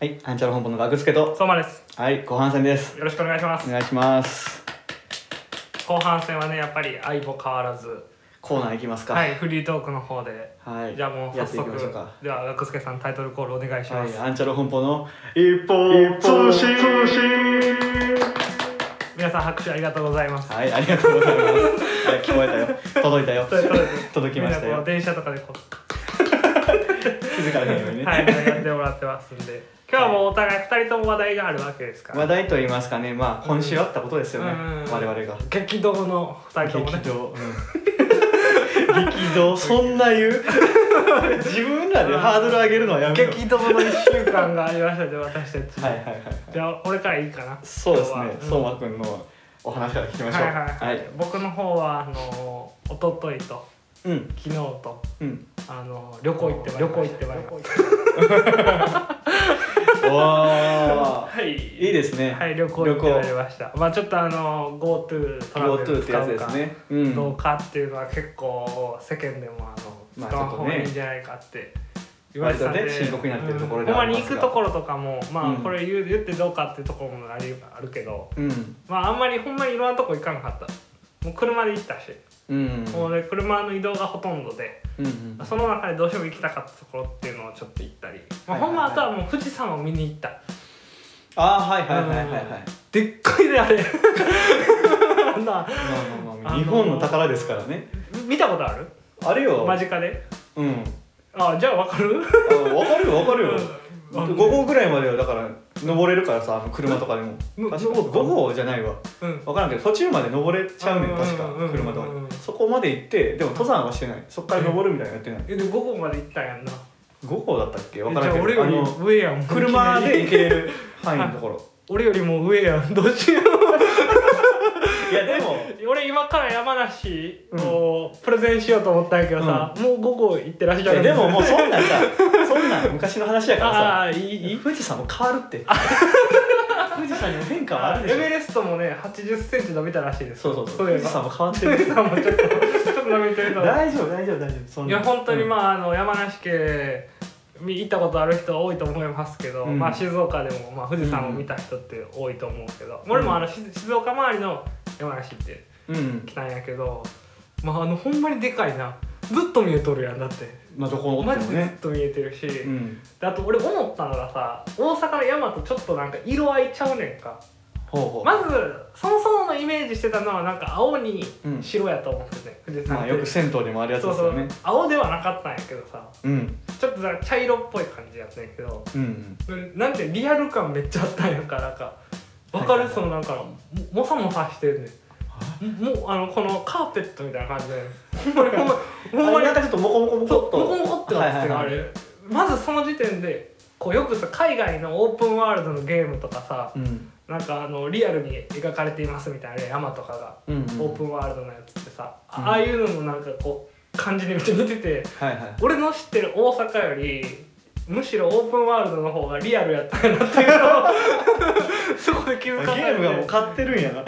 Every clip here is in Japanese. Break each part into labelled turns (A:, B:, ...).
A: アンチャラ本舗の学助と
B: 相馬です
A: はい後半戦です
B: よろしくお願いします
A: お願いします
B: 後半戦はねやっぱり相も変わらず
A: コーナーいきますか
B: はいフリートークの方で
A: はい
B: じゃあもう
A: や
B: 早
A: っていきましょう
B: 速
A: か
B: では学助さんタイトルコールお願いしま
A: は
B: す、
A: いアンチャラ本舗の一歩通し
B: 皆さん拍手ありがとうございます
A: はいありがとうござい ますはい聞こえたよ届いたよ 届きました
B: みんなこう
A: よ
B: 電車とかでこ
A: 気づかないようにね、
B: うはいやってもらってますんで今日はもうお互い2人とも話題があるわけですから、
A: 話題と言いますかねまあ今週あったことですよね、
B: うんうんうん
A: 我々が
B: 激動の2人ともね
A: 激動、うん 激動そんな言う 自分らでハードル上げるのはやめよう
B: 激動の1週間がありましたね私たち、
A: はいはいはい
B: じゃあ俺からいいかな
A: そうです
B: 今日
A: ね
B: は
A: 相馬くんのお話から聞きましょう
B: はいはいはい、僕の方はあの一昨日と
A: うん
B: 昨日と
A: うん
B: あの旅行行ってまいりました
C: 旅行行ってまいりま
A: おー
B: はい
A: いいですね
B: はい旅行行ってまいりましたまあちょっとあの GoTo トラベル
A: GoTo ってやつ
B: 使う
A: で
B: か
A: すねうん
B: どうかっていうのは結構世間でもあ
A: ま
B: の
A: あ
B: 使う方
A: ちょっと
B: が
A: ね
B: いいんじゃないかって言われ
A: 割
B: て
A: と
B: たんで、
A: ね深刻になってるところで
B: ほん
A: は
B: ま
A: あり
B: に
A: ま
B: 行
A: す
B: く
A: が
B: ところとかもま
A: うん
B: あこれ言う言ってどうかってところもありあるけど
A: うん
B: まああんまりほんまにいろんなとこ行かなかったもう車で行ったし、
A: うん
B: もう俺車の移動がほとんどで
A: うんうん
B: その中でどうしても行きたかったところっていうのをちょっと行ったり、ま
A: は
B: あ、
A: いは
B: ほ
A: い
B: ん
A: はい
B: まあとはもう富士山を見に行った
A: あーはいはいはいはいはい
B: でっかいねあれ あんな
A: まあまあまあ
B: あの
A: 日
B: ー
A: 本の宝ですからね
B: 見たことある
A: あれよ
B: 間近で
A: うん
B: あじゃあわかる
A: あわかるよわかるよ
B: うんあ
A: 5号ぐらいまではだから登れるからさあの車とかでも
B: うん
A: 確か
B: 登る
A: 5号じゃないわ
B: うん
A: 分からんけど途中まで登れちゃうねん
B: うん
A: 確か
B: うんうん
A: 車とか
B: うんうん
A: でそこまで行ってでも登山はしてないそっから登るみたいなのやってない
B: えで午後まで行ったんやんな
A: 5号だったっけ分
B: え
A: か
B: じ
A: らん
B: ゃあ
A: け
B: 俺
A: ど
B: よ
A: あ
B: り
A: の
B: 上やん
A: 車
B: いきな
A: で
B: り
A: 行ける範囲のところ
B: 俺よりも上やんどうしよう
A: いやでも
B: 俺今から山梨をプレゼンしようと思ったんやけどさ、もう午後行ってらっしゃるん
A: でも
B: ね
A: もうそんなんさそんなん昔の話やから
B: あ
A: さ
B: あいいいい
A: 富士山も変わるって富士山にも変化はあるでし
B: エベ
A: ょ
B: レストもね8 0ンチ伸びたらしいです
A: そうそうそう
B: いえ
A: 富士
B: ば
A: 山も変わって
B: 富
A: る
B: 士山もちょっとちょっと伸びてるの
A: 大丈夫大丈夫大丈夫そん
B: い
A: な
B: や本当に
A: うん
B: まあ、あの山梨県見行ったことある人は多いと思いますけど、
A: うん
B: まあ静岡でもまあ富士山を見た人って多いと思うけど、俺もあのし静岡周りの山梨って
A: うん
B: 来たんやけど、まああのほんまにでかいな。ずっと見えとるやんだって。
A: まあどこを追
B: マ
A: って
B: ジ
A: も
B: でずっ
A: ね
B: と見えてるし、
A: うん
B: であと俺思ったのがさ大阪の山とちょっとなんか色合いちゃうねんか
A: ほうほう
B: まずそもそものイメージしてたのはなんか青に白やと思ってて、富士山
A: ま
B: っ
A: あ
B: て
A: よく銭湯でもあるやつ
B: そ
A: で
B: う
A: す
B: そ
A: よ
B: う、
A: ね
B: 青ではなかったんやけどさ
A: うん
B: ちょっとなんか茶色っぽい感じやったんやけど
A: うん
B: なんでリアル感めっちゃあったんやんかなんかわか
A: はいはいは
B: る
A: い
B: そのなんかももさもさしてんねんもうあのこのカーペットみたいな感じでほんまにほんま
A: ほん
B: ほんまに
A: なんかちょっとモコモコモコ
B: そう
A: っと
B: ボコボコってなってる
A: は
B: あ
A: いはいはい
B: れまずその時点でこうよくさ海外のオープンワールドのゲームとかさ
A: うん
B: なんかあのリアルに描かれていますみたいな山とかが
A: うんうん
B: オープンワールドのやつってさ、
A: うん
B: ああいうのもなんかこう感じにめっちゃ似てて
A: はいはい
B: 俺の知ってる大阪よりむしろオープンワールドの方がリアルやったんやなっていうのを そこで
A: ゲ
B: 気づかない
A: ームがもう買ってるんやな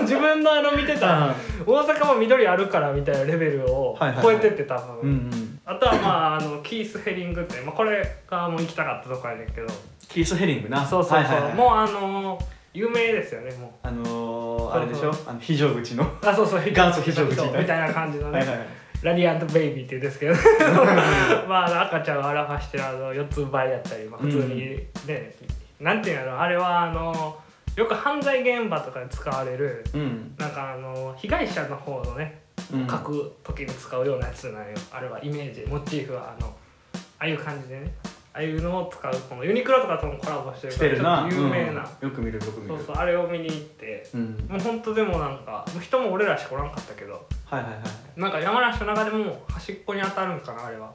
B: 自分のあの見てた
A: は
B: 大阪も緑あるからみたいなレベルを
A: はいはいはい
B: 超えてって多分、
A: うんうん
B: あとはまああのキース・ヘリングって、まあ、これがもう行きたかったとこやねんけど
A: キース・ヘリングな
B: そうそうそ
A: はい
B: う、
A: はいはい
B: もうあのー有名ですよねもう
A: あの
B: う
A: ー、あれでしょあの非常口のは
B: あそう そう
A: 元祖非常口
B: そうみたいな感じの
A: い
B: ね
A: はいはい
B: ラディアントベイビーって言うん ですけどまああの赤ちゃんを表してるあの四つん這いやったり、まあ、普通にね、なんていうのあれはあのよく犯罪現場とかで使われる
A: うん
B: なんかあの被害者の方のね
A: うん
B: 書く時に使うようなやつなんよあれはイメージモチーフはあのああいう感じでねああいうのを使うこのユニクロとかともコラボしてる
A: し
B: か
A: て
B: ら
A: るな
B: ちょっと有名な、
A: うんよく見るよく見る
B: そうそうあれを見に行って
A: うん
B: もう本当でもなんかもう人も俺らしかおらんかったけど
A: はいはいはい
B: なんか山梨の中でも端っこに当たるんかなあれは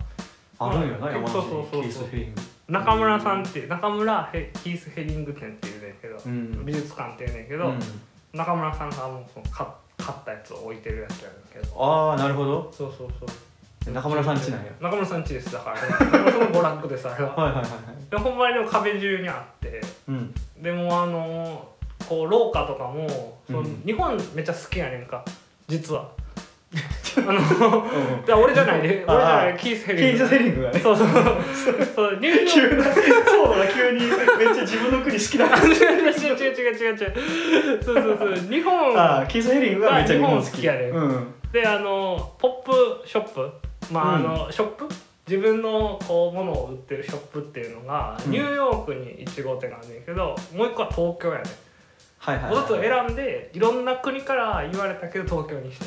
A: あるんやな山梨
B: そう
A: に
B: そうそうそう
A: キース・ヘリング
B: 中村さんっていう中村ヘキース・ヘリング店っていうねんけど、
A: うん
B: 美術館っていうねんけど、
A: うん
B: 中村さんがもうその買買ったやつを置いてるやつやねんけど
A: ああなるほど
B: そうそうそう
A: 中村さんちなんや
B: 中村さんちですだからその娯楽ですあれは
A: はいはいはいはい
B: でほんまにでも壁中にあって
A: うん
B: でもあのーこう廊下とかもその、
A: うん
B: 日本めっちゃ好きやねんか実はあの いや俺じゃないで俺じゃ ないキースヘ
A: ケイ
B: リ
A: ン
B: ン
A: ジャ
B: グ
A: セリングがね
B: そうそうそうニューヨーク
A: 急なそうだ急にめっちゃ自分の国好きだ
B: あ違う違う違う違う違う違うそうそうそう日本
A: ああケインジャセリングがめっちゃ日本好き
B: 日本好きやね
A: うん
B: であのポップショップまあ、
A: うん
B: あのショップ自分のこう物を売ってるショップっていうのが、
A: うん
B: ニューヨークに1号店があるんだけどもう1個は東京やね
A: はいはい
B: もう一つ
A: はい
B: 選んでいろんな国から言われたけど東京にして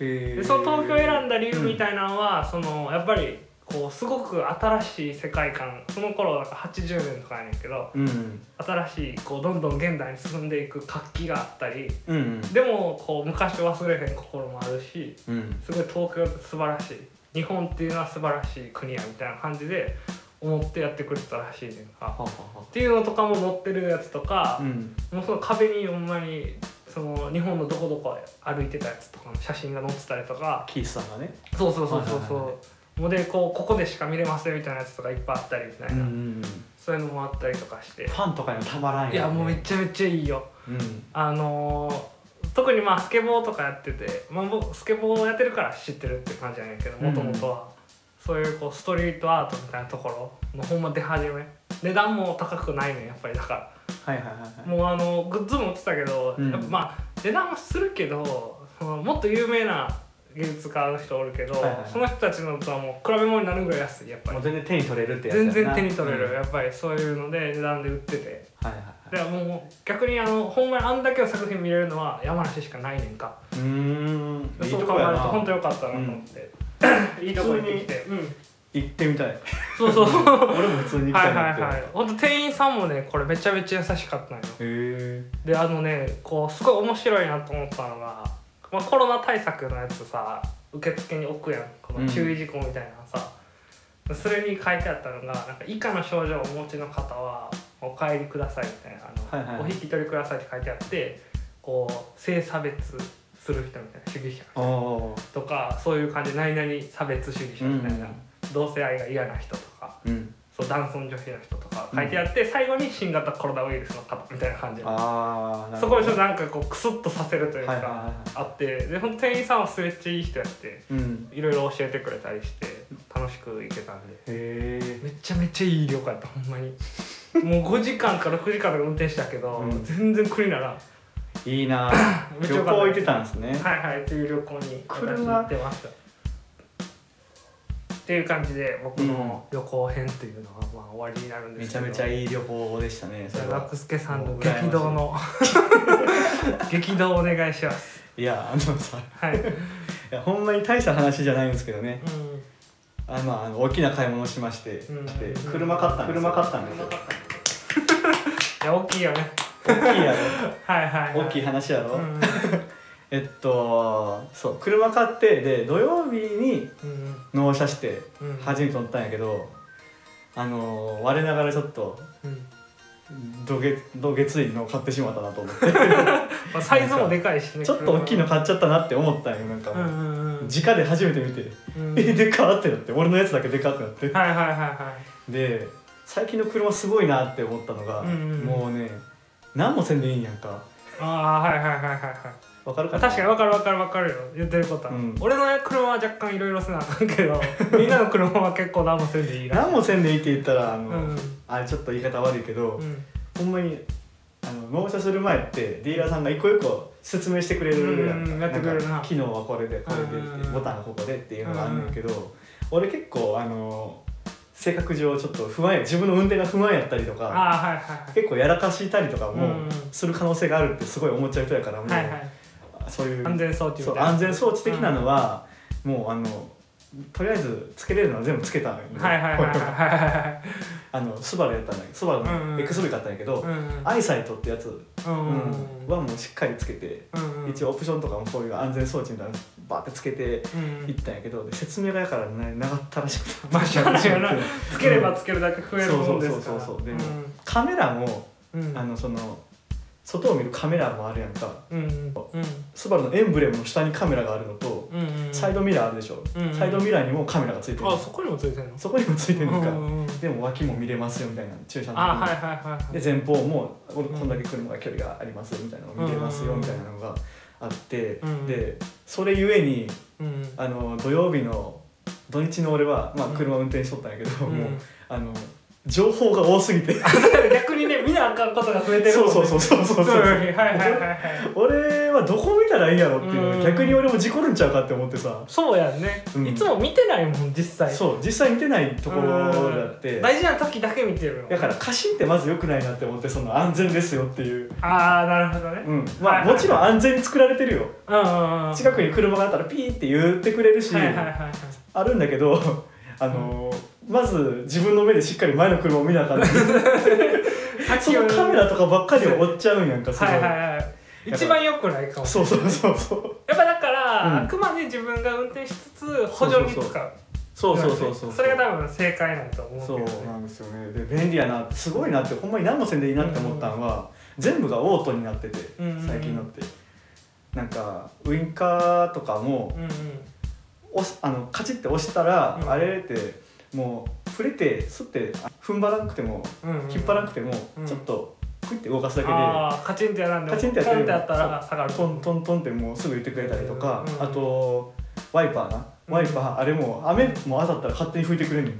A: へ
B: で
A: ー
B: その東京選んだ理由みたいなのは、そのやっぱりこうすごく新しい世界観その頃だから80年とかやねんけど
A: うん
B: 新しいこうどんどん現代に進んでいく活気があったり
A: うん
B: でもこう昔忘れへん心もあるし
A: うん
B: すごい東京って素晴らしい日本っていうのは素晴らしい国やみたいな感じで思ってやってくれたらしいねんか。
A: はは
B: っていうのとかも載ってるやつとか
A: は、うん
B: もうその壁にほんまにその日本のどこどこ歩いてたやつとかの写真が載ってたりとか
A: キースさんがね
B: そうそうそうそうそう、
A: はいはい
B: もうでこうここでしか見れませんみたいなやつとかいっぱいあったりみた
A: う
B: い
A: んう
B: な、
A: ん
B: そういうのもあったりとかして
A: ファンとかにはたまらんよね
B: いやもうめちゃめちゃいいよ
A: うん
B: あのー特にまあスケボーとかやってて、まあ、僕スケボーをやってるから知ってるって感じやねんけど
A: うん
B: もともとは、そういうこうストリートアートみたいなところのほんま出始め値段も高くないねんやっぱりだから、
A: はいはいはいはい
B: もうあのグッズも売ってたけど、
A: うん
B: やっぱまあ値段はするけどそのもっと有名な芸術家の人おるけど、
A: はいはいはい
B: その人たちのとはもう比べ物になるぐらい安いやっぱ
A: も
B: り
A: う全然手に取れるってやつや
B: 全
A: な
B: 然手に取れる、
A: うん
B: やっぱりそういうので値段で売ってて。
A: はいはいはい
B: だからもう逆にあのほんまにあんだけの作品見れるのは山梨しかないねんか
A: うーんいい
B: そう
A: と
B: 考
A: こ
B: え
A: や
B: ると
A: な
B: 本当良かったなと思って、いいとこ行ってきて、うん、
A: 行ってみたい
B: そうそう は
A: 俺も普通に行
B: い
A: き
B: は
A: た
B: い
A: いなって
B: はいほんと店員さんもねこれめちゃめちゃ優しかったんよ
A: へ
B: であのねこうすごい面白いなと思ったのが、まあ、コロナ対策のやつさ受付に置くやんこの注意事項みたいなのさ、それに書いてあったのがなんか以下の症状をお持ちの方はお帰りくださいみたいなあの、
A: はいはい
B: お引き取りくださいって書いてあってこう性差別する人みたいな主義者
A: えおー
B: とかそういう感じで何々差別主義者みたいな、
A: うん
B: 同性愛が嫌な人とか
A: うん
B: そう男尊女卑な人とか書いてあって、最後に新型コロナウイルスの方みたいな感じで
A: ああ
B: そこでちょっ
A: ょ
B: となんかこうクスッとさせるというか、
A: はいはいはいはい
B: あってでほんと店員さんはすれっちゃいい人やって
A: うん
B: いろいろ教えてくれたりして楽しく行けたん
A: へ
B: で
A: え
B: めちゃめちゃいい旅館やったほんまにもう5時間から6時間とか運転したけど、
A: うん
B: 全然苦にならんはい
A: いな
B: め
A: 旅
B: っち
A: 行
B: ゃ良かった
A: 行ってたんですね
B: いはいっていう旅行に私
A: 車
B: 行ってましたっていう感じで僕の旅行編というのはまあ終わりになるんで
A: め
B: す
A: ち
B: け
A: ゃ
B: ど
A: めちゃいい旅行でしたねそれは
B: 学助さんの激動の 激動お願いします
A: いやあのさ
B: はい、うん
A: いやほんまに大した話じゃないんですけどねあまああの大きな買い物をしまして、
B: うん
A: で車買ったんですよ車買ったんですよ
B: いや大きいよね
A: 大きいや
B: はいはい、は
A: ろ大きい話やろ、
B: うん
A: えっとそう車買ってで土曜日に
B: うん
A: 納車して
B: うん
A: 初めて乗ったんやけど、あの我ながらちょっと
B: うん
A: どげどげついのを買ってしまったなと思って
B: まあ、サイズもでかいしね
A: ちょっと大きいの買っちゃったなって思ったんよなんか、
B: うんうんうん
A: 直で初めて見て
B: う
A: 「
B: ん
A: えでかっ!」ってなって俺のやつだけでかってなって
B: はいはいはいは
A: で最近の車すごいなって思ったのが、
B: うんうん
A: もうね何もせんでいいんやんか
B: いああはいはいはいはいはい
A: わかるか
B: 確
A: な
B: かにわかるわかるわかるよ言ってることは、
A: うん
B: 俺の車は若干いろいろせなあかんけど みんなの車は結構何もせんでいいな
A: 何もせんでいいって言ったらあ
B: う
A: の、
B: ん
A: あれちょっと言い方悪いけど、
B: うん
A: ほんまにあの納車する前ってディーラーさんが一個一個説明してくれるやん
B: うんうんやってくれるなん
A: か機能はこれでこれで
B: うん
A: っ
B: うんう
A: て
B: ん
A: ボタンはここでっていうのがあんねんけど俺結構あの性格上ちょっと不安や自分の運転が不安やったりと
B: あ
A: か
B: あはいは
A: 結構やらかしたりとか
B: うん
A: も
B: うん
A: する可能性があるってすごい思っちゃう人やからもう、
B: いはいはいはい
A: そういう
B: 安全装置み
A: そ
B: たいうな
A: 安全装置的なのは、もうあのとりあえずつけれるのは全部つけたのよ、
B: はいはいはいはいは
A: あのスバルやったんだけどスバル
B: うんう
A: の
B: ん
A: XV 買ったんやけど、
B: いはいうん
A: アイサイトってやつ、
B: うんうん
A: うんはもうしっかりつけて、
B: うんうん
A: 一応オプションとかもこういう安全装置みたいなのバーってつけて
B: うんう
A: いっ
B: ん
A: たんやけどで説明がやからね長ったらしくて
B: まあしゃあないよなつければ
A: うん
B: つけるだけ増えるもんですから
A: そうそうそうそうでもカメラも、
B: うんうん
A: あのその外を見るカメラもあるやんか
B: うんうんうん
A: スバルのエンブレムの下にカメラがあるのと、
B: うんうん
A: サイドミラーあるでしょ、
B: うんうん
A: サイドミラーにもカメラがついてる
B: あそこにもついてるの
A: そこにもついてるのか、
B: うんうん
A: でも脇も見れますよみたいな駐車の時に
B: あはいはいはいはい
A: で前方も俺こんだけ車が距離がありますよみたいなのを見れますよみたいなのがあって、
B: うん
A: でそれゆえに
B: うん
A: あの土曜日の土日の俺は、まあ
B: う、ん
A: 車運転しとったんやけど、
B: うん
A: もうあの情報が多すぎて
B: 逆にね見なあかんことが増えてるも
A: そ
B: ん
A: う
B: ね
A: そうそうそうそう
B: そう
A: そ
B: は
A: う
B: いはいはいはい
A: 俺はどこ見たらいいやろっていう、
B: うん
A: 逆に俺も事故るんちゃうかって思ってさ
B: そうやんね、
A: うん
B: いつも見てないもん実際
A: そう実際見てないところだって
B: うん大事な時だけ見てるの
A: だから過信ってまず良くないなって思ってその安全ですよっていう、
B: ああなるほどね
A: うんま
B: は
A: あ、
B: いはい
A: もちろん安全に作られてるよ
B: うんうんうん
A: 近くに車があったらピーって言ってくれるし、
B: はいはいはいはい
A: あるんだけどあのーまず自分の目でしっかり前の車を見なあかん そのカメラとかばっかりを追っちゃうんやんかそれ
B: はいはいはい一番良くないかも
A: そうそうそうそう
B: やっぱだから、
A: うん
B: あくまで自分が運転しつつ補助に使う
A: そうそうそうそうそうそう
B: それが多分正解なんだと思う
A: そ
B: けど、
A: う
B: ね、
A: なんですよねで便利やなすごいなってほんまに何もせんでいいなって思ったんは、全部がオートになってて
B: うんうんうん
A: 最近のって、なんかウインカーとかも
B: うんうん
A: 押すあのカチッて押したら、
B: うん
A: あれってもう触れてすってあ踏ん張らなくても
B: うんうん
A: 引っ張らなくても、
B: うん
A: ちょっとクイッて動かすだけで、
B: あーカチンってやらんでも
A: カチンってやってる
B: ポンったら下がる
A: トントントンってもうすぐ言ってくれたりとか、
B: うん
A: あとワイパーな
B: うん
A: ワイパー、あれもう雨も当たったら勝手に拭いてくれるの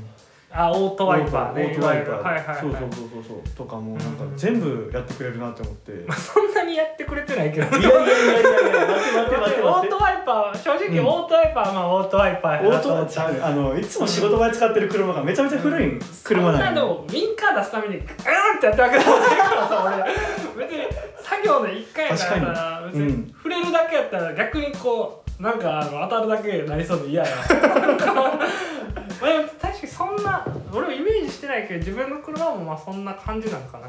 B: あオートワイパーね
A: オートワイパ
B: いわゆる
A: ー、
B: はいはい、はい、
A: そうそうそうそうそうとかもうなんか
B: うん
A: 全部やってくれるなって思っ て、いや
B: そんなにやってくれてないけ ど
A: いやいやいやいや待って待って待って
B: オ
A: 待
B: ー
A: って
B: トワイパー正直
A: うん
B: オートワイパーはまあオートワイパー
A: オ
B: やな
A: ー
B: と思
A: ト
B: っ
A: ち
B: た
A: ゃうあのいつも仕事場で使ってる車がめちゃめちゃ古い車
B: そん
A: な
B: なんで
A: よ
B: もウィンカー出すためにグーンってやってるわけでもないからさ俺別に作業の一回やからさ
A: 確
B: 別
A: かに
B: に触れるだけやったら逆にこうなんかあの当たるだけになりそうで嫌や まあでも確かにそんな俺もイメージしてないけど自分の車もまあそんな感じなのかな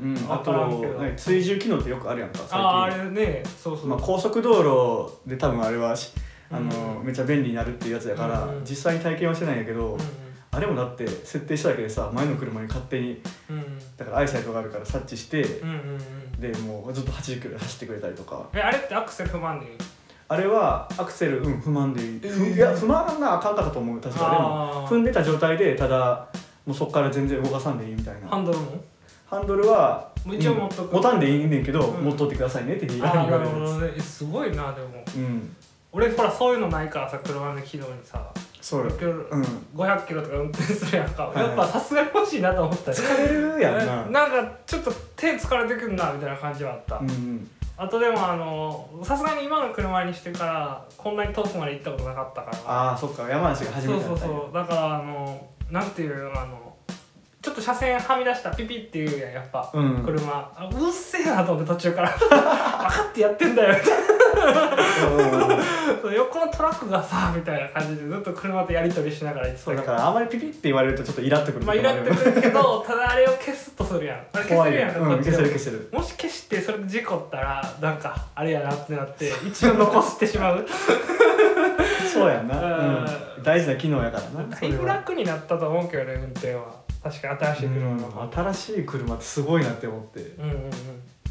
A: うん、あと
B: わからんけど
A: ね追従機能ってよくあるやんか最近
B: あーあれねそうそう、
A: まあ、高速道路で多分あれはしあの、
B: う
A: めっちゃ便利になるっていうやつやから、
B: うん
A: 実際に体験はしてないんやけど、
B: うん
A: あれもだって設定しただけでさ前の車に勝手に
B: うん
A: だからアイサイトがあるから察知して、
B: うんうんうんうん
A: でもうずっと80キロで走ってくれたりとか
B: えあれってアクセル踏まんねん
A: あれはアクセルうん不満でいい、
B: えー
A: ふいや不満があかんかったと思う確かで
B: あ
A: も
B: ー
A: 踏んでた状態でただもうそこから全然動かさんでいいみたい
B: ハ
A: な
B: ンドルも
A: ハンドルは
B: もう一応持っとく
A: うん持たんでいいねんけど、
B: うん
A: 持っとってくださいねって言わ
B: ああ
A: れ
B: な
A: る
B: るほ
A: や
B: ど
A: つ
B: ねえすごいなでも
A: うん
B: 俺ほらそういうのないからさ車の機能にさ
A: そうよ
B: いろいろ
A: うん
B: 500キロとか運転するやんか、
A: はいはい
B: やっぱさすがに欲しいなと思ったよ
A: 疲れるやんな
B: えなんかちょっと手疲れてくんなみたいな感じはあった、
A: うん
B: あとでもあのさすがに今の車にしてからこんなに遠くまで行ったことなかったから
A: ああそっか山梨が初め
B: そう
A: てだ
B: そ
A: っ
B: う
A: たんや
B: そうだからあのなんていうのあのちょっと車線はみ出したピピっていうやんやっぱ、
A: うん
B: 車あうっせえなと思って途中から 分かってやってんだよ
A: うん
B: そう横のトラックがさみたいな感じでずっと車とやり取りしながら行ってた
A: そう
B: け
A: だ
B: ど
A: からあまりピピって言われるとちょっとイラってくる
B: まあイラってくるけどただあれを消すとするやんあれ消
A: 怖
B: せ
A: い
B: る
A: よ
B: やんか、
A: うん
B: こっち
A: 消
B: で
A: せる消せる
B: もし消してそれで事故ったらなんかあれやなって なって一応残してしまう
A: そうやんな、
B: う
A: うん、大事な機能やからな
B: だいぶ楽になったと思うけどね運転は確かに新しい車の方が
A: うん新しい車ってすごいなって思って
B: うんうんうん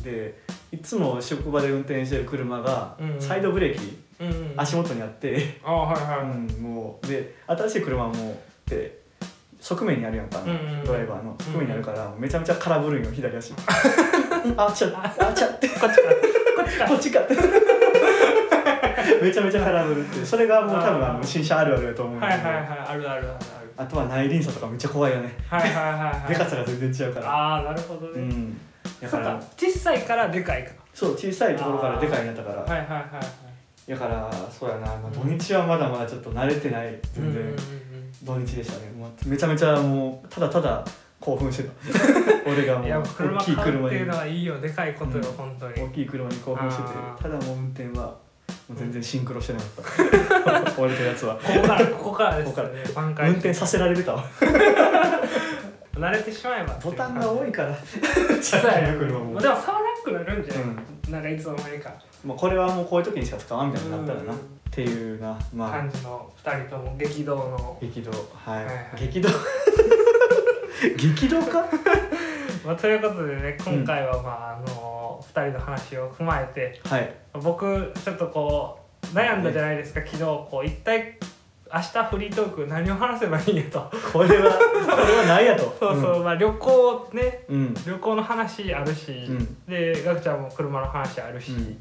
A: でいつも職場で運転してる車が
B: うんうん
A: サイドブレーキ、
B: うんうん
A: 足元にあって、
B: ああはいは
A: う
B: い、
A: ん、もうで新しい車はもうで側面にあるやんか、
B: うんうん
A: ドライバーの側面にあるから、めちゃめちゃ空振るんよ左 足あちゃあちゃって
B: こっちかこっちか
A: こっちかってめちゃめちゃ腹ぶるっていうそれがもう多分あ
B: あ
A: の
B: ー
A: 新車あるあるやと思うんで、
B: はいはいはいあるあるあるある
A: あとは内輪差とかめっちゃ怖いよね
B: はいはいはい
A: でか
B: はい
A: さが全然違うから
B: ああなるほど
A: う
B: ね、
A: んだ
B: そ
A: か
B: っから小さいからでかいか
A: そう小さいところからでかいなったから
B: はいはいはいはい
A: だからそうやな、まあ、土日はまだまだちょっと慣れてない全然、
B: うんうんうん
A: 土日でしたねもうめちゃめちゃもうただただ 興奮 してた俺が
B: うん
A: も
B: いや
A: う
B: 車
A: 大きい
B: 買うっ
A: 車
B: ていう
A: に
B: のはいいよでかいことよ、
A: うん
B: 本当に
A: 大きい車に興奮してて
B: あー
A: ただもう運転はもう全然シンクロしてなかった 俺とやつは
B: ここからここからです
A: ここ
B: よ
A: か
B: ね挽回
A: 運転させられてたわ
B: 慣れてしまえば
A: ボタンが多い から
B: 小さい
A: 車も
B: でも触らなくなるんじゃない、なんかいつの間にか
A: まあ、これはもうこういう時にしか使わんみたいになったらな、
B: うん
A: っていうなまあ
B: 感じの2人とも激動の、
A: 激動はい、
B: はいはい
A: 激動 激動か
B: まあ、ということでね今回はまああの2人の話を踏まえて
A: はい
B: 僕ちょっとこう悩んだじゃないですか昨日こう一体明日フリートーク何を話せばいいんやと
A: これはこれはないやと
B: そうそう、まあ旅行ね
A: うん、うん
B: 旅行の話あるし、
A: うん
B: でガクちゃんも車の話あるし、
A: うん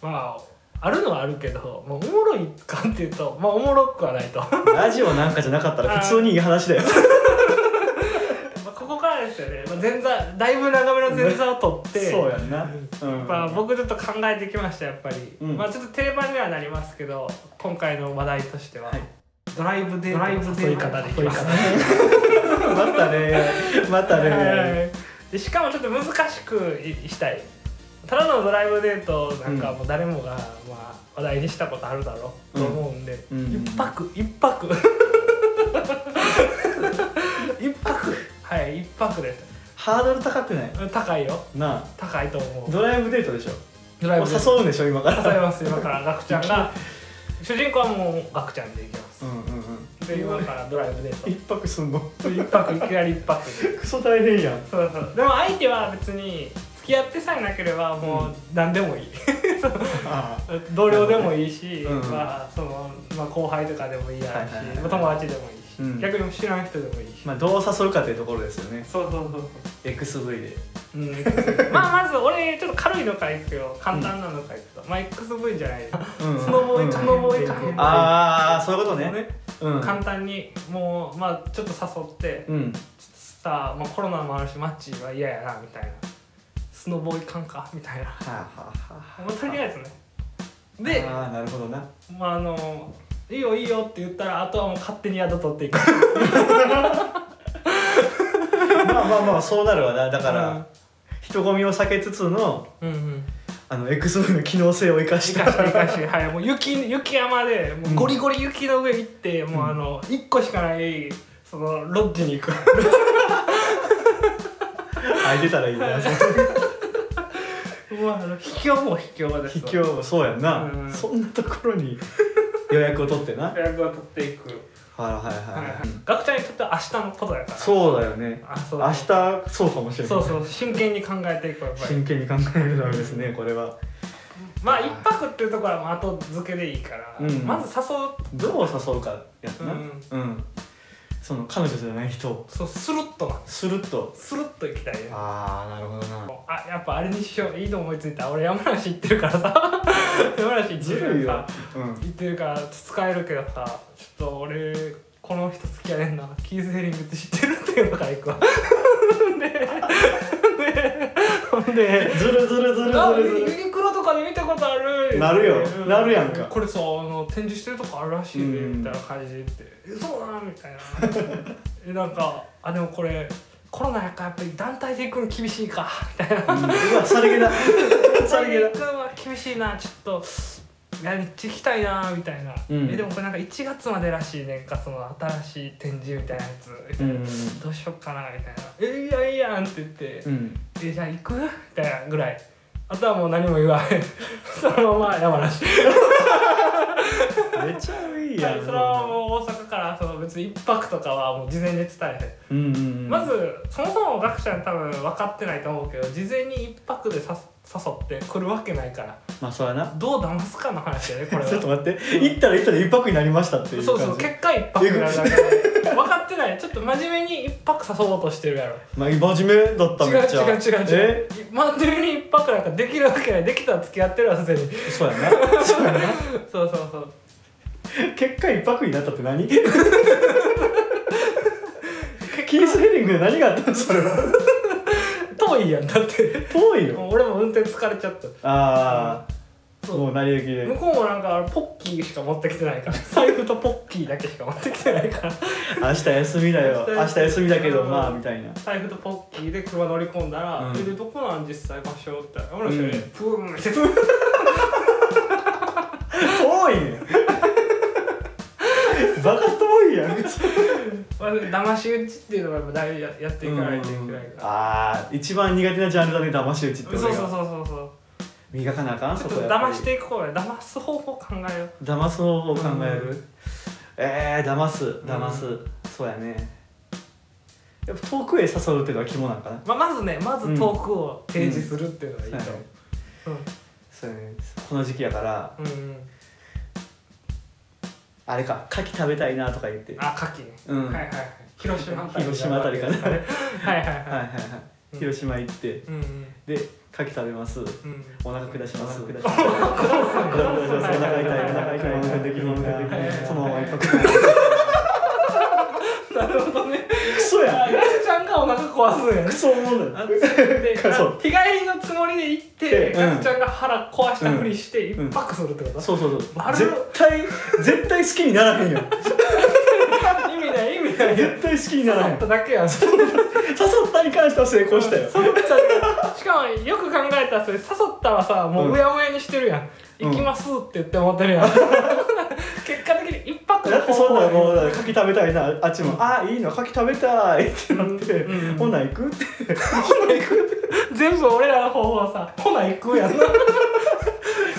B: まああるのはあるけど、まあ、おもろいかっていうと、まあ、おもろくはない とま
A: ラジオなんかじゃなかったら普通にいい話だよ
B: あここからですよね、まあ、前座だいぶ長めの前座を取って
A: そうやんな、うん
B: まあ、僕ちょっと考えてきましたやっぱり、
A: うん
B: まあちょっと定番にはなりますけど今回の話題としては、
A: はい
B: ドライブデートの誘い方でいきます
A: またね またね
B: はいでしかもちょっと難しくいしたいただのドライブデートなんかもう誰もが、まあ、話題にしたことあるだろうと思うんで、
A: うんうん
B: 一泊一泊 一泊はい一泊です
A: ハードル高くない
B: 高いよ
A: なあ
B: 高いと思う
A: ドライブデートでしょ
B: ドラ
A: もう
B: 誘
A: 誘うんでしょ今から
B: います今からガクちゃんが主人公はもうガクちゃんで行きます
A: うんうんうん
B: で今からドライブデー
A: 一泊すんの
B: ト一泊いきなり一泊で
A: クソ大変やん
B: そうそうでも相手は別に付き合ってさえなければもう何でもいい
A: あ
B: 同僚でもいいし、
A: うんうん
B: まあそのまあ、後輩とかでもいいやろうし、
A: はいはいはいはい
B: 友達でもいいし、
A: うん
B: 逆に知らん人でもいいし、
A: まあどう誘うかっていうところですよね
B: そうそうそう
A: XV で
B: そう、うん、 まあまず俺ちょっと軽いのからいくよ簡単なのからいくと、まあ XV じゃないよ
A: スノ
B: スノボー
A: か
B: スノボーかへん
A: ああそういうことね
B: ね、
A: うん
B: 簡単にもうまあちょっと誘って、ちょっと
A: うん
B: さあ、まあ、コロナもあるしマッチは嫌やなみたいなスノボー行かんかみたいな
A: はあはあはあ
B: もうとりあえずねで
A: ああなるほどな
B: まああの「いいよいいよ」って言ったらあとはもう勝手に宿取っていく
A: まあまあまあそうなるわなだか
B: うん
A: ら人混みを避けつつの
B: うんうん
A: あの XV の機能性を生か
B: し
A: した
B: かしいかしはいもう雪雪山でもうゴリゴリ雪の上行って、もうあの一個しかないそのロッジ に行く
A: 空いてたらいいな
B: もうあの卑怯も卑怯です
A: 卑怯もそうやんな、
B: うん
A: そんなところに予約を取ってなはい
B: 役を取っていく
A: はい
B: はい
A: はい、
B: はい
A: うん
B: 学ちゃんにとっては明日のことだからう
A: そうだよね
B: あそう
A: 明日そうかもしれない
B: そうそう真剣に考えていくやっぱり
A: 真剣に考えるためですねこれは
B: まあ一泊っていうところはまあ後付けでいいから、
A: うん
B: まず誘う
A: どう誘うかやったな
B: う
A: うんん、その彼女じゃない人を
B: そうスルッとな
A: スルッと
B: スルッと行きたいね
A: ああなるほどな
B: あやっぱあれにしよういいの思いついた俺山梨行ってるから さ山梨行って
A: ず
B: る
A: るい
B: から
A: よ
B: さ、
A: うん、
B: 行ってるから使えるけどさちょっと俺この人付き合えんなキーズヘリングって知ってるっていうのから行くわででで
A: ずるずるずる
B: あ
A: ずるずる
B: ユニクロとかで見たことある
A: なるよ
B: う
A: なるやんか
B: これさあの展示してるとこあるらしいね
A: うん
B: みたいな感じで言ってえそうなのみたいなえなんかあでもこれコロナやからやっぱり団体で行くの厳しいかみたいな
A: うんうわさり げださりげだ
B: 君は厳しいなちょっといやめっちゃ行きたいなみたいな、
A: うん
B: えでもこれなんか1月までらしいねんかその新しい展示みたいなやつみたいな、どうしよっかなみたいな「えいいやいいやん」って言って「
A: うん
B: えじゃあ行く?」みたいなぐらいあとはもう何も言わへん そのまま山梨
A: めちゃいい
B: そ
A: や
B: れ
A: ん
B: はもう大阪からその別に1泊とかはもう事前に伝えへん
A: うんうんうん
B: まずそもそも学者に多分分かってないと思うけど事前に1泊でさ誘って来るわけないから
A: まあそうやな
B: どう騙すかの話だよね これは
A: ちょっと待って、行ったら行ったで一泊になりましたっていう
B: そ
A: 感じ
B: うそう結果一泊になる だけで分かってないちょっと真面目に一泊誘おうとしてるやろ
A: まあ、真面目だった
B: 違う
A: めっちゃ
B: 違う違う違
A: え
B: う真面目に一泊なんかできるわけないできたら付き合ってるはずにそ
A: そ
B: う
A: う やなそうやな
B: そうそう
A: 結果一泊になったって 何キースヘリングで何があったのそれは
B: 遠いやんだって
A: 遠いよ
B: もう 俺も運転疲れちゃった
A: ああ
B: そう
A: もう成り行き
B: 向
A: で
B: こうもなんかポッキーしか持ってきてないから財布とポッキーだけしか持ってきてないから
A: 明日休みだよ
B: 明日
A: 明日休みだけど
B: うん
A: まあみたいな
B: 財布とポッキーで車乗り込んだら「
A: うん
B: えでどこなん実際場所?」って「俺ら知らねえプーン」って
A: 遠いね バカ遠いやん
B: まあ騙し討ちっていうのがやっぱ大事ややっていかないといけないから、
A: ああ一番苦手なジャンルだね騙し討ちって
B: そうそう
A: 俺
B: そう
A: が
B: そうそう
A: 磨かなあかん
B: ち
A: そ
B: ょっと
A: こやっぱり
B: 騙していこうよ騙す方法考えよう
A: 騙す方法を考える、
B: う
A: えー、騙す騙す、
B: う
A: そうやねやっぱ遠くへ誘うっていうのは肝なんかな
B: まあ、まずねまず遠くを提示するっていうのがいい
A: そうや
B: と
A: ね
B: 思う
A: そうやねこの時期やから
B: うん、うんうん、
A: あれか牡蠣食べたいなとか言っては
B: あ牡蠣ね、
A: うん
B: はいはいはい広島あたり
A: 広島あたりかな
B: はいはいはい
A: いはいはい、広島行って
B: うんうん
A: で牡かき食べます
B: うん
A: お腹下します
C: お
A: 下
C: 腹下し
A: します
C: ます
A: お腹下しますお腹痛いお腹痛いお腹できひん
B: はいはい
A: なそのまま一泊
B: なるほどね
A: クソや
B: あ
A: ん
B: ガルちゃんがお腹壊すんや
A: ク
B: ね
A: ソ思うの
B: あ
A: よ
B: であ
A: そう
B: 日帰りのつもりで行って、
A: うん
B: ガルちゃんが腹壊したふりして
A: うん
B: 一泊するってこと、
A: そうそうそう
B: あれ
A: 絶対絶対好きにならへんよ
B: 意味ない意味ない
A: 絶対好きにならへ
B: 誘
A: ん
B: っただけやん
A: 誘ったに関しては成功したよ
B: 誘ったしかもよく考えたらそれ誘ったらさもううやむやにしてるやん、
A: うん
B: 行きますって言って思ってるやん 結果的に一泊
A: だってそんな
B: だ
A: らもうだから牡蠣食べたいなあっちも「ああいいの牡蠣食べたい」ってなって
B: うんうん
A: 「ほな行く?」って
B: 全部俺らの方法はさほな行く やんない
A: 下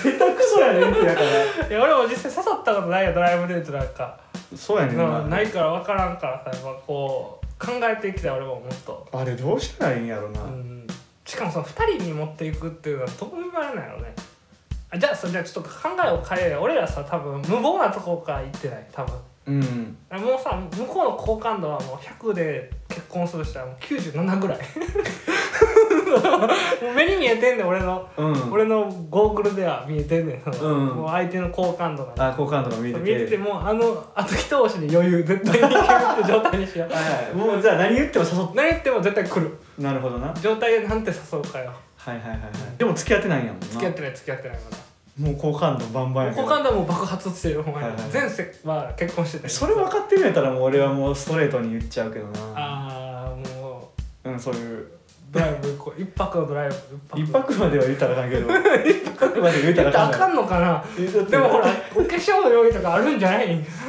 A: 手くそやねんってやから
B: や俺も実際誘ったことないよドライブデートなんか、
A: そうやねん
B: な
A: な
B: ないから分からんからさやっぱこう考えていきたい俺ももっと、
A: あれどうしたらいいんやろな、
B: うん、しかもその2人に持っていくっていうのはどう言われないのねあじゃあそじゃあちょっと考えを変えよう俺らさ多分無謀なとこから行ってない多分
A: うん
B: もうさ向こうの好感度はもう100で結婚する人はもう97ぐらいもう目に見えてんねん俺の、
A: うん
B: 俺のゴーグルでは見えてんねんその、
A: うん
B: もう相手の好感度が、
A: あ好感度が見えて
B: 見えてて
A: て
B: もうあの後一押しに余裕絶対にいけるって状態にしよう
A: はいはいもうじゃあ何言っても誘っ
B: 何言っても絶対来る
A: なるほどなはい
B: 状態でなんて誘うかよ
A: はいはいはいでも付き合ってないんやもんな
B: 付き合ってない付き合ってないまだ
A: もう好感度バンバンやけ
B: 好
A: ど
B: 感度はもう爆発してるお前、
A: はいはい
B: 前世は結婚してたよ
A: それ分かってるんやったらもう俺はもうストレートに言っちゃうけどな
B: ああもう
A: うんそういう
B: ドライブこう一泊のドライブ
A: 一泊までは言ったらあかんけ ど一泊まで言った
B: 言
A: ら
B: ったら
A: あ
B: あ
A: か
B: か
A: ん
B: んのかな
A: の
B: でもほらお化粧の用意とかあるんじゃない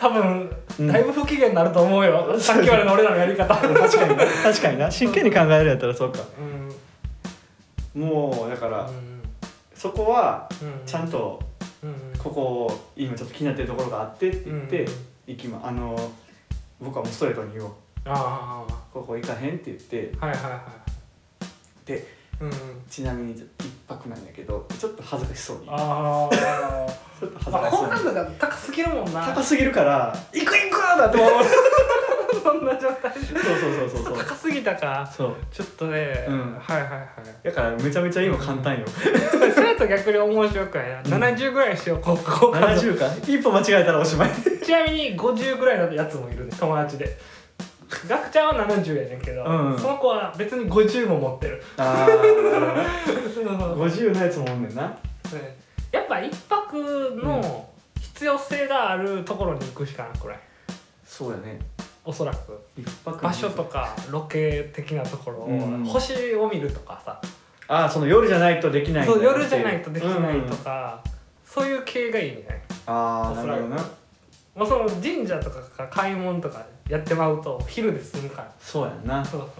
B: 多分
A: うん
B: だいぶ不機嫌になると思うよ、さっきまでの俺らのやり方
A: 確かにな確かにな真剣に考えるやったらそうか
B: うん、
A: もうだか
B: う
A: ら
B: ん
A: そこは
B: うん、
A: ちゃんと
B: うん、うん
A: ここ今ちょっと気になってるところがあってって言って行きまあの僕はもうストレートに言おう
B: あ
A: ここ行かへんって言って
B: あはいはいはい
A: で
B: うんうん
A: ちなみにちょっと一泊なんやけどちょっと恥ずかしそうに
B: ああ
A: ちょっと恥ず
B: まあ
A: かし
B: 好感
A: そう
B: 度
A: に
B: が高すぎるもんな
A: 高すぎるから「行く行く!」だって思う
B: そんな状態で
A: そうそうそうそうそう
B: 高すぎたか
A: そう
B: ちょっとね、
A: うん
B: はいはいはい
A: だからめちゃめちゃ今簡単よ
B: それだと逆に面白くないな、70ぐらいにしようこう好感度
A: 70か一歩間違えたらおしまい
B: ちなみに50ぐらいのやつもいるね友達で学ちゃんは70やねんけど、
A: うん
B: その子は別に50も持ってる
A: ああ
B: ね
A: 50のやつもおんねんな
B: やっぱ一泊の必要性があるところに行くしかなくらい
A: そうやね
B: おそらく
A: 一泊
B: 場所とかロケ的なところを、
A: うん
B: 星を見るとかさ、
A: ああその夜じゃないとできないんだ
B: そ
A: よ
B: う夜じゃないとでき
A: うん
B: ないとか、そういう系がいいんじゃない
A: ああなるほどな
B: もうその神社とかか買い物とかやってまうと昼で済むから
A: そうやんな
B: そうそ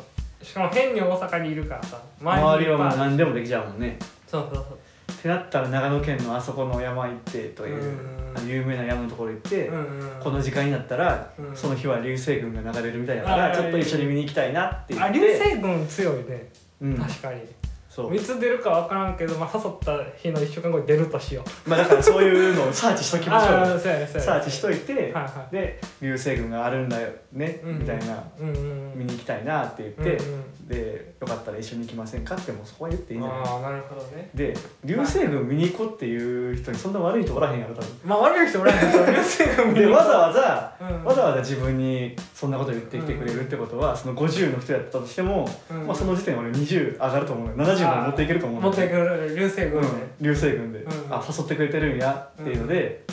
B: うしかも変に大阪にいるからさ
A: 周り
B: いっ
A: は
B: ぱい
A: もう何でもできちゃうもんね
B: そうそうそう
A: ってなったら長野県のあそこの山行ってという
B: うん
A: あの有名な山のところ行って、
B: うんうん
A: この時間になったら、
B: うん
A: その日は流星群が流れるみたいだか
B: あ
A: ら
B: ー
A: ちょっと一緒に見に行きたいなって言っ
B: あ
A: て
B: 流星群強いね、
A: うん
B: 確かに
A: そう
B: いつ出るか分からんけど、まあ、誘った日の1週間後に出るとしよう
A: まあだからそういうのをサーチしときましょう
B: あ
A: よ
B: あそうやねそうやね
A: サーチしといて、
B: はいは
A: で流星群があるんだよね、
B: うん
A: みたいな
B: うんうんうん
A: 見に行きたいなって言って、
B: うんうん
A: でよかったら一緒に行きませんかってもうそこは言っていいんじゃない
B: ああなるほどね
A: で流星群見に行こうっていう人にそんな悪い人おらへんやろ多分
B: まあ悪い人おら んけど流星群見
A: で
B: る
A: わざわざ、
B: うん
A: わざわざ自分にそんなこと言ってきてくれるってことは、その50の人やったとしても、
B: うん
A: まあ、その時点で俺20上がると思うよ70まで持っていけると思う
B: 持って
A: け
B: いくる流星
A: る、
B: 群
A: う
B: ね、
A: ん、流星群で、
B: うん
A: あ誘ってくれてるんやっていうので,、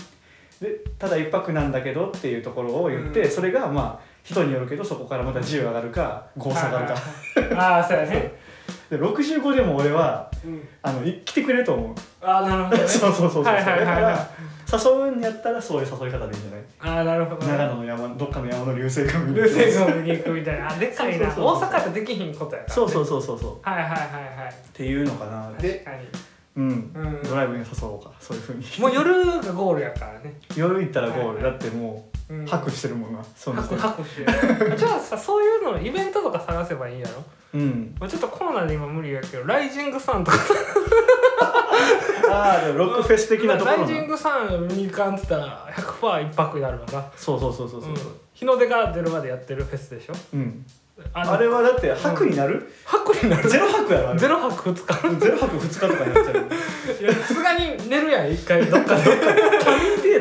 A: でただ一泊なんだけどっていうところを言って、
B: うん
A: それがまあ人によるけどそこからまた10上がるか5下がるか、
B: はいはいはいああそうやね、
A: で65でも俺は
B: うん、
A: あのい来てくれると思う
B: ああなるほど ね
A: そうそうそうそう、
B: はいはいはいはい
A: だから誘うんやったらそういう誘い方でいいんじゃない
B: ああなるほどね
A: 長野の山どっかの山の流星群見に
B: 流星群を見に行くみたいなあでかいな
A: そうそうそうそう
B: 大阪ってできひんことやから、ね、
A: そうそうそうそうそうっ
B: はいはいはいはい
A: ていうのかな
B: 確
A: で、
B: かに
A: うん、
B: うん
A: ドライブに誘おうかそういうふうに
B: もう夜がゴールやからね、
A: 夜行ったらゴール、
B: はいはい
A: だっても
B: う、
A: うん拍してるもんなその
B: ハ
A: 時
B: ク
A: 点
B: ハクしてるじゃあさそういうのイベントとか探せばいいんやろ
A: うん
B: まあちょっとコロナで今無理やけどライジングサンとか
A: ああでもロックフェス的なところな
B: ライジングサン見に行かんっつったら100%一泊になるわな
A: そうそうそうそうそう
B: うん日の出が出るまでやってるフェスでしょ
A: うん、
B: あの
A: あれはだって白になる、
B: 白になる
A: ゼロ白やろあれ
B: ゼロ泊2日
A: ゼロ泊2日とかになっちゃう
B: いやさすがに寝るやん一 回どっかで
A: 他人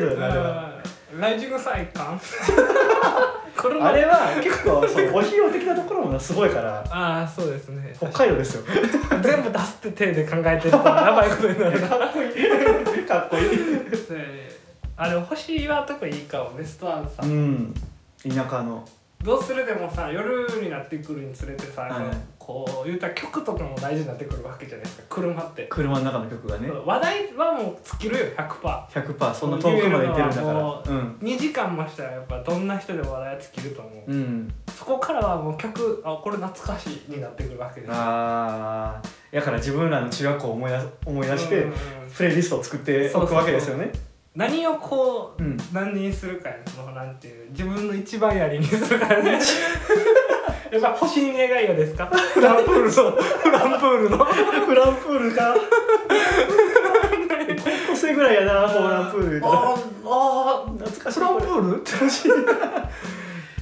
A: 程度やなあれは
B: ライジングサイカン これも
A: あれは結構そうお費用的なところもなすごいから
B: ああそうですね
A: 北海道です よ
B: 全部出すって手で考えてるからやばいことになるな
A: かっこいいかっこいい
B: あれ星は特にいいかもベストアンサー、
A: うん田舎の
B: どうするでもさ夜になってくるにつれてさ、
A: はい
B: こう言うたら曲とかも大事になってくるわけじゃないですか車って、
A: 車の中の曲がね
B: 話題はもう尽きるよ 100%2
A: 100%そんな遠くまで行ってるんだか
B: も
A: らうん
B: 時間もしたらやっぱどんな人でも話題は尽きると思う、
A: うん
B: そこからはもう曲あこれ懐かしいになってくるわけです
A: ああだから自分らの中学校を思い出す思い出して、
B: うんうんうん
A: プレイリストを作って
B: そうそ
A: お
B: うそ
A: く
B: う
A: わけですよね
B: 何をこう、
A: うん
B: 何にするかやそのなんていう自分の一番やりにするからね やっぱ星に願いよ ですかフランプールのフランプール の
A: フランプール か高校生ぐらいやなフランプール
B: ああ
A: 懐かしい
B: フランプール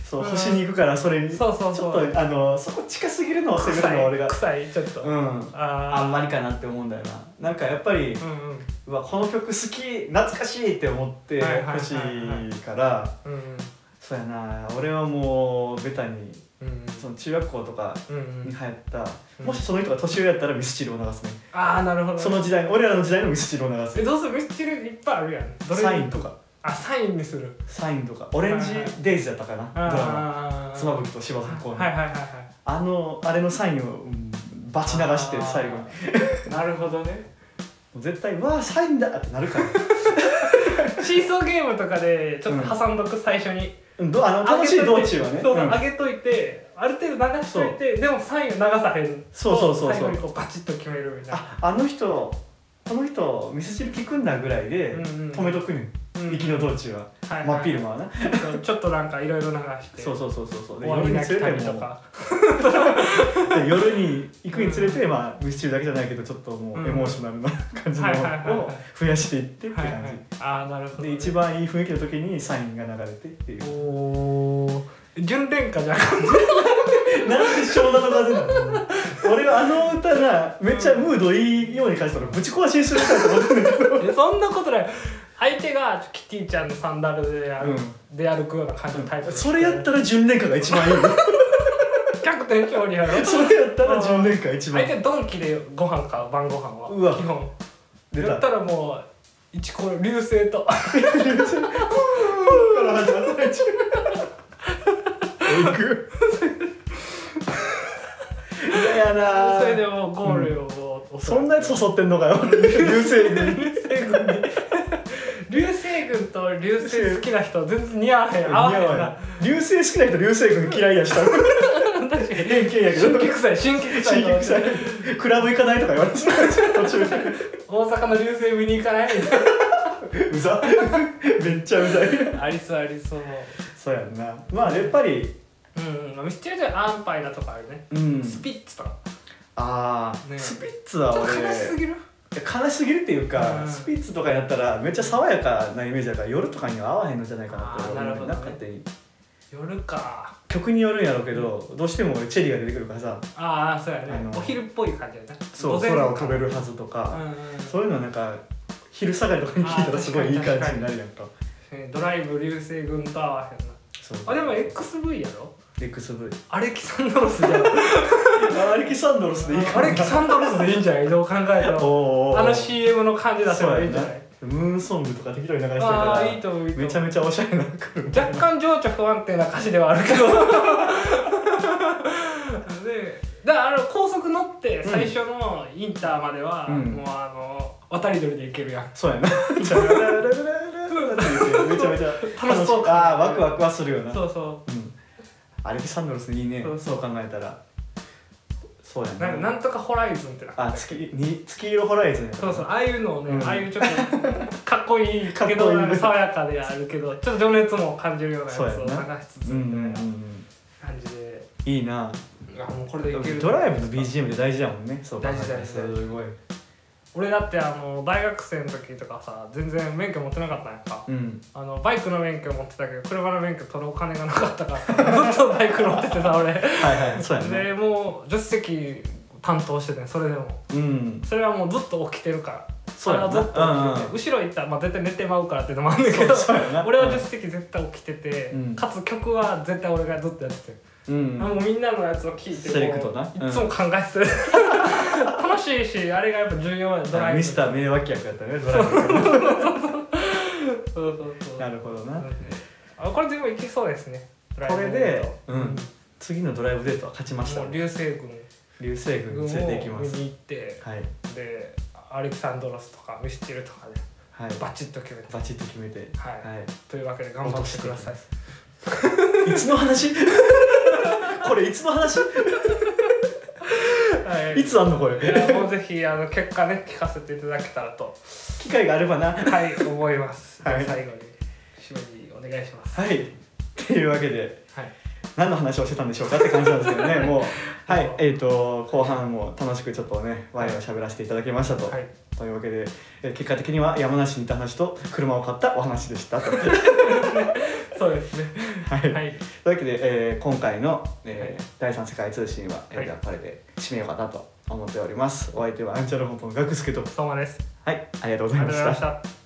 A: そう
B: うん
A: 星に行くからそれにちょっ
B: そうそうそう
A: とあのそこ近すぎるのを攻める
B: 臭
A: のはい俺が
B: 臭いちょっと、
A: うんあ
B: あ
A: んまりかなって思うんだよななんかやっぱり
B: ーうんうん
A: うわこの曲好き懐かしいって思って
B: はいはいはいはい
A: ほしいから
B: うんうん
A: そうやな俺はもうベタに
B: うん
A: その中学校とか
B: うんう
A: に流
B: ん
A: 行った、
B: うん
A: もしその人が年上やったらミスチルを流すね、
B: ああなるほどね
A: その時代俺らの時代のミスチルを流す
B: えどうするミスチルいっぱいあるやんどれ
A: サインとか
B: あサインにする
A: サインとかオレンジデイズだったかな、ドラマ
B: ああ
A: 妻夫木と柴咲コウの、
B: はいはいはいはい
A: あのあれのサインをうんバチ流して最後にも
B: あーなるほどね
A: う絶対「わあサインだ!」ってなるから
B: シーソーゲームとかでちょっと挟んどく最初に、
A: うんどあの楽しい道中はね
B: そうそううん上げといてある程度流しといてでもサインを流さへん
A: そうそうそうそう
B: 最後にこうバチッと決めるみたいな
A: ああの人この人ミスチル聞くんだぐらいで
B: うんうん
A: 止めとくねん、
B: うん
A: 行きの道中は、
B: はいはい
A: 真っ昼間はな、
B: ちょっとなんかいろいろ流して
A: そうそうそうそうそうで
B: 終わ
A: 夜
B: り
A: に
B: なき
A: つ
B: た
A: れ
B: り
A: て
B: と
A: も
B: か
A: で夜に行くにつれて、まあ、ミスチルだけじゃないけどちょっとも
B: うん
A: うエモーショナルな感じの
B: はいはいはいはい
A: を増やしていってって
B: は
A: 感じ、
B: いはいああなるほどね、
A: で一番いい雰囲気の時にサインが流れてっていう
B: おー純恋歌じゃ ん
A: なんで湘南の風なの俺はあの歌なめっちゃムードいいように感じたらぶち壊しにする歌だと思ってるんだけど
B: えそんなことない相手がキティちゃんのサンダルで,、で歩くような感じのタイプです
A: それやったら純恋歌が一番 いいよ
B: キャプテン勝利やろ
A: それやったら純恋歌が一番
B: 相手ドンキでご飯か晩ご飯は
A: うわ
B: 基本
A: 出
B: や
A: た
B: ったらもう一こ流星と
A: から始まった一番行く嫌やな
B: それでもうゴールをもう、
A: そんなやつ誘ってんのかよ流星 群
B: 流星群に流星群と流星好きな人全然似合わへん合わへんな
A: 流星好きな人流星群嫌いやした
B: 確かに
A: 偏見やけ
B: 新
A: ど
B: 規臭い新規臭い
A: 新規臭いクラブ行かないとか言われてた途中で
B: 大阪の流星見に行かない
A: うざめっちゃうざい
B: ありそうありそう
A: そうやんなまあやっぱり
B: うん、うん、ミスチルで安パイなとかあるね、
A: うん
B: スピッツとか
A: ああ、
B: ね
A: スピッツ
B: ちょ
A: は
B: っ
A: 俺
B: と悲しすぎる
A: 悲しすぎるっていうか、
B: うん
A: スピッツとかやったらめっちゃ爽やかなイメージだから夜とかには合わへんのじゃないかなって
B: あーなる
A: 俺
B: ほ
A: 思う
B: どね
A: なんかって
B: 夜か
A: 曲によるんやろうけどどうしても俺チェリーが出てくるからさ
B: ああそうやね
A: あの
B: お昼っぽい感じやね
A: そう空を飛べるはずとか、
B: うんうん
A: そういうのはなんか昼下がりとかに聞いたらすごいいい感じになるやんか
B: えードライブ流星群と合わへんな
A: そう
B: あでも XV やろ
A: XV
B: アレキサンドロスじゃん
A: アレキサンドロスでいい
B: ア
A: かな
B: レキサンドロスでいいんじゃないどう考えたら
A: おお
B: あの CM の感じ出せばいいんじゃない
A: ムーンソングとか適当に流してる
B: あ
A: か
B: あーいいと思う
A: ら
B: いいと思
A: め
B: う
A: ちゃめちゃおしゃれな車
B: 若干情緒不安定な歌詞ではあるけど でだからあの高速乗って最初のインターまでは、
A: うん
B: もうあの渡り鳥で行けるやん
A: そうやなチャララララララって言ってめちゃめちゃ
B: 楽しそう
A: ああワクワクはするよな
B: そうそ
A: うんアレキサンドロスいいね
B: そう
A: そう考えたらそうや
B: うなんかなんとかホライズンってな
A: あ月に月色ホライズンや
B: そうそうああいうのをね、
A: うん
B: ああいうちょっとかっこいいけ
A: かっこ
B: ど
A: いい
B: なんか爽やかであるけどちょっと情熱も感じるようなやつを
A: そうやな
B: 流しつつ
A: うんうんう
B: み
A: んう
B: たいなん感じで、
A: いいな
B: あもうこれでいける
A: ドライブの BGM って大事だもんねそう考えたら
B: 大事大事
A: すごい
B: 俺だってあの大学生の時とかさ全然免許持ってなかったんやんか
A: うん
B: あのバイクの免許持ってたけど車の免許取るお金がなかったからずっとバイク乗っててさ俺
A: はいはいそうやね
B: でもう助手席担当しててそれでも
A: うん
B: それはもうずっと起きてるから
A: そうやな
B: あれはずっと起きてて
A: うんうん
B: 後ろ行ったら、まあ、絶対寝てまうからっていうのもあるんだけど
A: そうやな
B: 俺は助手席絶対起きてて、
A: うん
B: かつ曲は絶対俺がずっとやってて、
A: うん
B: あもうみんなのやつを聴いてこう
A: セレクトない
B: つも考えてる 楽しいしあれがやっぱ重要やドライブ
A: ミスター名脇役やったねドライ ブ
B: そうそうそう
A: なるほどな
B: あこれ全部いけそうですねドライ
A: こ
B: ブ
A: れ
B: デー
A: で
B: ト、
A: うん、次のドライブデートは勝ちました
B: もう流星群
A: 流星群
B: 群を
A: に連れていきま
B: 見
A: す
B: に行って
A: はい
B: でアレキサンドロスとかミスチルとかで
A: はい
B: バチッと決めて
A: バチッと決めて
B: はいというわけで頑張ってください
A: い、いつの話 これいつの話
B: はい
A: いつあんのこ
B: い
A: れ
B: やもうぜひあの結果ね聞かせていただけたらと
A: 機会があればな
B: はい思います、
A: はい
B: じゃあ最後に締めにお願いします
A: はいっていうわけで
B: はい
A: 何の話をしてたんでしょうかって感じなんですけどねもうはいえっ、と後半も楽しくちょっとねワイワイ喋らせていただきましたと、
B: はい
A: というわけで、えー結果的には山梨にいた話と車を買ったお話で したとはい、
B: そうですねはい
A: というわけで、えー今回の、えー
B: はい
A: 第三世界通信は、えー
B: はい
A: じゃあこれで締めようかなと思っておりますお相手はアンチャルホンポンガクスケと
B: 相馬です
A: はいありがとうご
B: あ
A: ざい
B: りがとう
A: ま
B: ご
A: し
B: ざいま
A: た
B: した